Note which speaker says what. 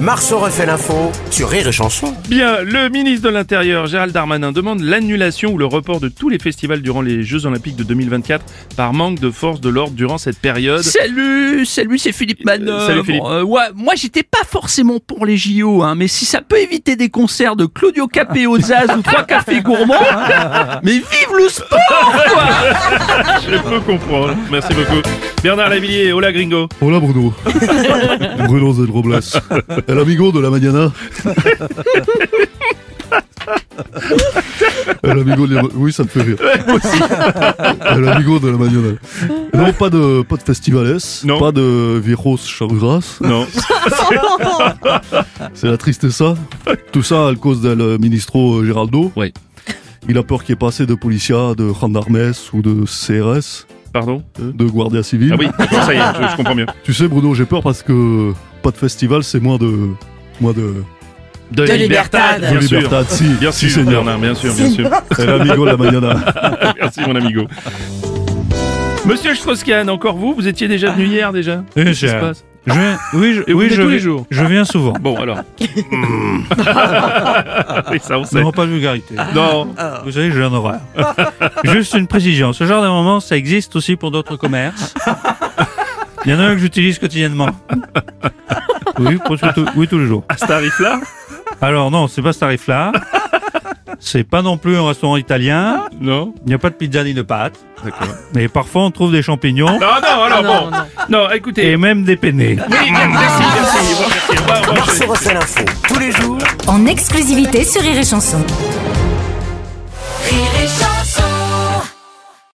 Speaker 1: Marceau refait l'info sur Rire et Chanson.
Speaker 2: Bien, le ministre de l'Intérieur, Gérald Darmanin, demande l'annulation ou le report de tous les festivals durant les Jeux Olympiques de 2024 par manque de force de l'ordre durant cette période.
Speaker 3: Salut, salut, c'est Philippe Manœuvre.
Speaker 2: Euh, salut, Philippe.
Speaker 3: Euh, ouais, moi, j'étais pas forcément pour les JO, hein, mais si ça peut éviter des concerts de Claudio Capéo Zaz ou trois cafés gourmands, mais vive le sport, quoi
Speaker 2: Je peux comprendre. Merci beaucoup. Bernard Lavillier, hola gringo.
Speaker 4: Hola Bruno. Bruno Zed Robles. El amigo de la mañana. El amigo de la... Oui, ça me fait rire. El amigo de la mañana. Non, pas de, pas de festivales.
Speaker 2: Non.
Speaker 4: Pas de viejos chargras.
Speaker 2: Non.
Speaker 4: C'est la tristessa. Tout ça à cause del ministro euh, Géraldo.
Speaker 2: Oui.
Speaker 4: Il a peur qu'il y ait pas assez de policiers, de gendarmes ou de CRS,
Speaker 2: Pardon
Speaker 4: de guardia civile.
Speaker 2: Ah oui, bon, ça y est, je, je comprends mieux.
Speaker 4: Tu sais, Bruno, j'ai peur parce que pas de festival, c'est moins de. moins de.
Speaker 2: De,
Speaker 5: libertad.
Speaker 4: de
Speaker 2: Bien sûr.
Speaker 4: libertad. Si,
Speaker 2: Bien
Speaker 4: si,
Speaker 2: sûr,
Speaker 4: Seigneur.
Speaker 2: Bernard, bien sûr, bien sûr.
Speaker 4: El amigo de la mañana.
Speaker 2: Merci, mon amigo. Monsieur Strauss-Kahn, encore vous Vous étiez déjà venu hier, déjà
Speaker 6: Oui,
Speaker 2: Qu'est-ce qui se
Speaker 6: cher.
Speaker 2: passe
Speaker 6: Je viens, oui, je,
Speaker 2: Et vous
Speaker 6: oui,
Speaker 2: venez
Speaker 6: je
Speaker 2: tous les
Speaker 6: viens-
Speaker 2: jours
Speaker 6: Je viens souvent.
Speaker 2: Bon, alors. oui, ça, on sait.
Speaker 6: Non, pas de vulgarité.
Speaker 2: Non.
Speaker 6: Vous savez, j'ai un horaire. Juste une précision. Ce genre de moment, ça existe aussi pour d'autres commerces. Il y en a un que j'utilise quotidiennement. Oui, presque tout- oui, tous les jours.
Speaker 2: À ce tarif-là
Speaker 6: Alors non, c'est pas ce tarif-là. C'est pas non plus un restaurant italien.
Speaker 2: Non.
Speaker 6: Il n'y a pas de pizza ni de pâtes. Mais parfois, on trouve des champignons
Speaker 2: Non, Ah non, alors bon. Non, écoutez.
Speaker 6: et même des penne.
Speaker 2: Oui, bien, merci, merci. Bon, merci. Au revoir, au revoir.
Speaker 1: Marceau refait l'info tous les jours
Speaker 7: en exclusivité sur Rire et Chanson.